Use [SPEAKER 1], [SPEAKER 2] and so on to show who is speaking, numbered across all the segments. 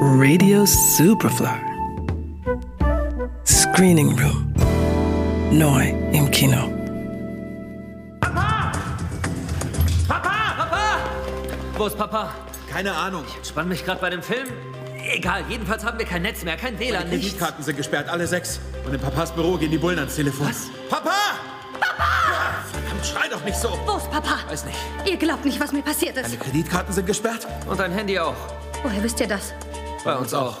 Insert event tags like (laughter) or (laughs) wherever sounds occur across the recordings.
[SPEAKER 1] Radio Superfly. Screening Room. Neu im Kino.
[SPEAKER 2] Wo ist Papa?
[SPEAKER 3] Keine Ahnung.
[SPEAKER 2] Spann mich gerade bei dem Film. Egal, jedenfalls haben wir kein Netz mehr, kein WLAN,
[SPEAKER 3] Die
[SPEAKER 2] nichts.
[SPEAKER 3] Karten sind gesperrt, alle sechs. Und in Papas Büro gehen die Bullen ans Telefon.
[SPEAKER 2] Was?
[SPEAKER 3] Papa! Papa! Verdammt, schrei doch nicht so.
[SPEAKER 4] Wo ist Papa?
[SPEAKER 2] Weiß nicht.
[SPEAKER 4] Ihr glaubt nicht, was mir passiert
[SPEAKER 3] Die
[SPEAKER 4] ist.
[SPEAKER 3] Kreditkarten sind gesperrt.
[SPEAKER 2] Und ein Handy auch.
[SPEAKER 4] Woher wisst ihr das?
[SPEAKER 2] Bei uns auch.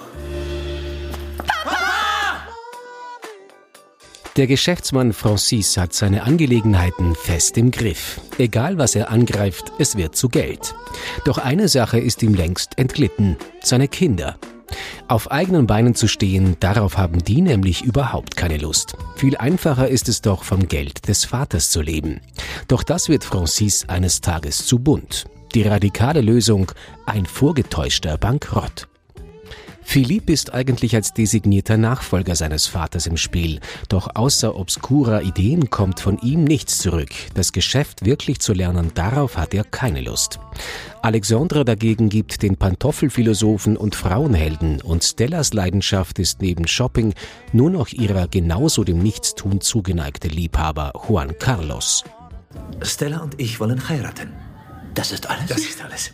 [SPEAKER 5] Der Geschäftsmann Francis hat seine Angelegenheiten fest im Griff. Egal was er angreift, es wird zu Geld. Doch eine Sache ist ihm längst entglitten, seine Kinder. Auf eigenen Beinen zu stehen, darauf haben die nämlich überhaupt keine Lust. Viel einfacher ist es doch, vom Geld des Vaters zu leben. Doch das wird Francis eines Tages zu bunt. Die radikale Lösung, ein vorgetäuschter Bankrott. Philipp ist eigentlich als designierter Nachfolger seines Vaters im Spiel, doch außer obskurer Ideen kommt von ihm nichts zurück. Das Geschäft wirklich zu lernen, darauf hat er keine Lust. Alexandra dagegen gibt den Pantoffelphilosophen und Frauenhelden und Stellas Leidenschaft ist neben Shopping nur noch ihrer genauso dem Nichtstun zugeneigte Liebhaber Juan Carlos.
[SPEAKER 6] Stella und ich wollen heiraten.
[SPEAKER 7] Das ist alles?
[SPEAKER 6] Das ist alles.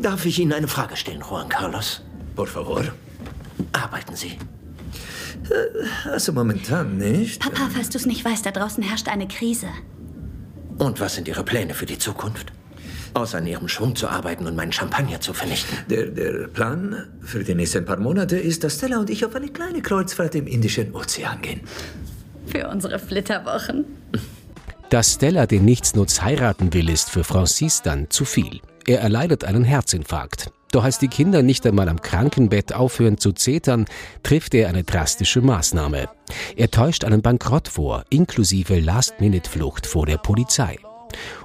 [SPEAKER 7] Darf ich Ihnen eine Frage stellen, Juan Carlos?
[SPEAKER 6] Por favor.
[SPEAKER 7] Arbeiten Sie?
[SPEAKER 6] Also momentan nicht.
[SPEAKER 4] Papa, falls du es nicht weißt, da draußen herrscht eine Krise.
[SPEAKER 7] Und was sind Ihre Pläne für die Zukunft? Außer an Ihrem Schwung zu arbeiten und meinen Champagner zu vernichten.
[SPEAKER 6] Der, der Plan für die nächsten paar Monate ist, dass Stella und ich auf eine kleine Kreuzfahrt im Indischen Ozean gehen.
[SPEAKER 4] Für unsere Flitterwochen.
[SPEAKER 5] Dass Stella den Nichtsnutz heiraten will, ist für Francis dann zu viel. Er erleidet einen Herzinfarkt. Doch als die Kinder nicht einmal am Krankenbett aufhören zu zetern, trifft er eine drastische Maßnahme. Er täuscht einen Bankrott vor, inklusive Last-Minute-Flucht vor der Polizei.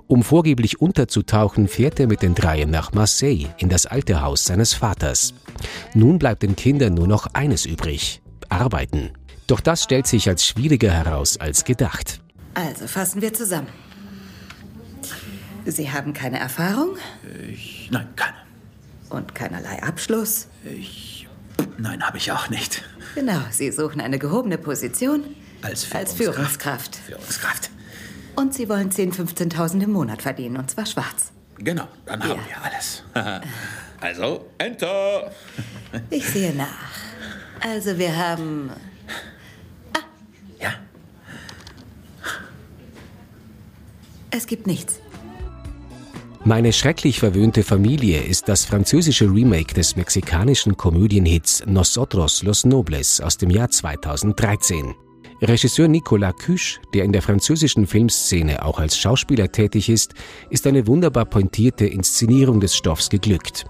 [SPEAKER 5] Um vorgeblich unterzutauchen, fährt er mit den Dreien nach Marseille in das alte Haus seines Vaters. Nun bleibt den Kindern nur noch eines übrig, arbeiten. Doch das stellt sich als schwieriger heraus als gedacht.
[SPEAKER 8] Also fassen wir zusammen. Sie haben keine Erfahrung
[SPEAKER 3] Nein, keine.
[SPEAKER 8] und keinerlei Abschluss.
[SPEAKER 3] Nein, habe ich auch nicht.
[SPEAKER 8] Genau, Sie suchen eine gehobene Position
[SPEAKER 3] Als Führungskraft.
[SPEAKER 8] als Führungskraft.
[SPEAKER 3] Führungskraft.
[SPEAKER 8] Und Sie wollen 10.000, 15.000 im Monat verdienen, und zwar schwarz.
[SPEAKER 3] Genau, dann haben
[SPEAKER 8] Ja.
[SPEAKER 3] wir alles. (laughs)
[SPEAKER 6] (laughs)
[SPEAKER 3] also, Enter!
[SPEAKER 8] Ich sehe nach. Also wir haben... ah.
[SPEAKER 3] Ja.
[SPEAKER 8] Es gibt nichts.
[SPEAKER 5] Meine schrecklich verwöhnte Familie ist das französische Remake des mexikanischen Komödienhits Nosotros los Nobles aus dem Jahr 2013. Regisseur Nicolas Küsch, der in der französischen Filmszene auch als Schauspieler tätig ist, ist eine wunderbar pointierte Inszenierung des Stoffs geglückt.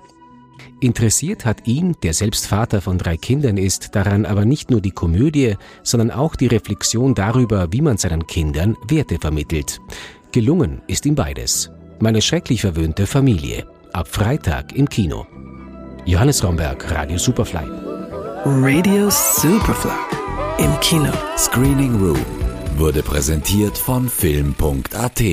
[SPEAKER 5] Interessiert hat ihn, der selbst Vater von drei Kindern ist, daran aber nicht nur die Komödie, sondern auch die Reflexion darüber, wie man seinen Kindern Werte vermittelt. Gelungen ist ihm beides. Meine schrecklich verwöhnte Familie. Ab Freitag im Kino. Johannes Romberg, Radio Superfly.
[SPEAKER 1] Radio Superfly. Im Kino.
[SPEAKER 9] Screening Room wurde präsentiert von Film.at.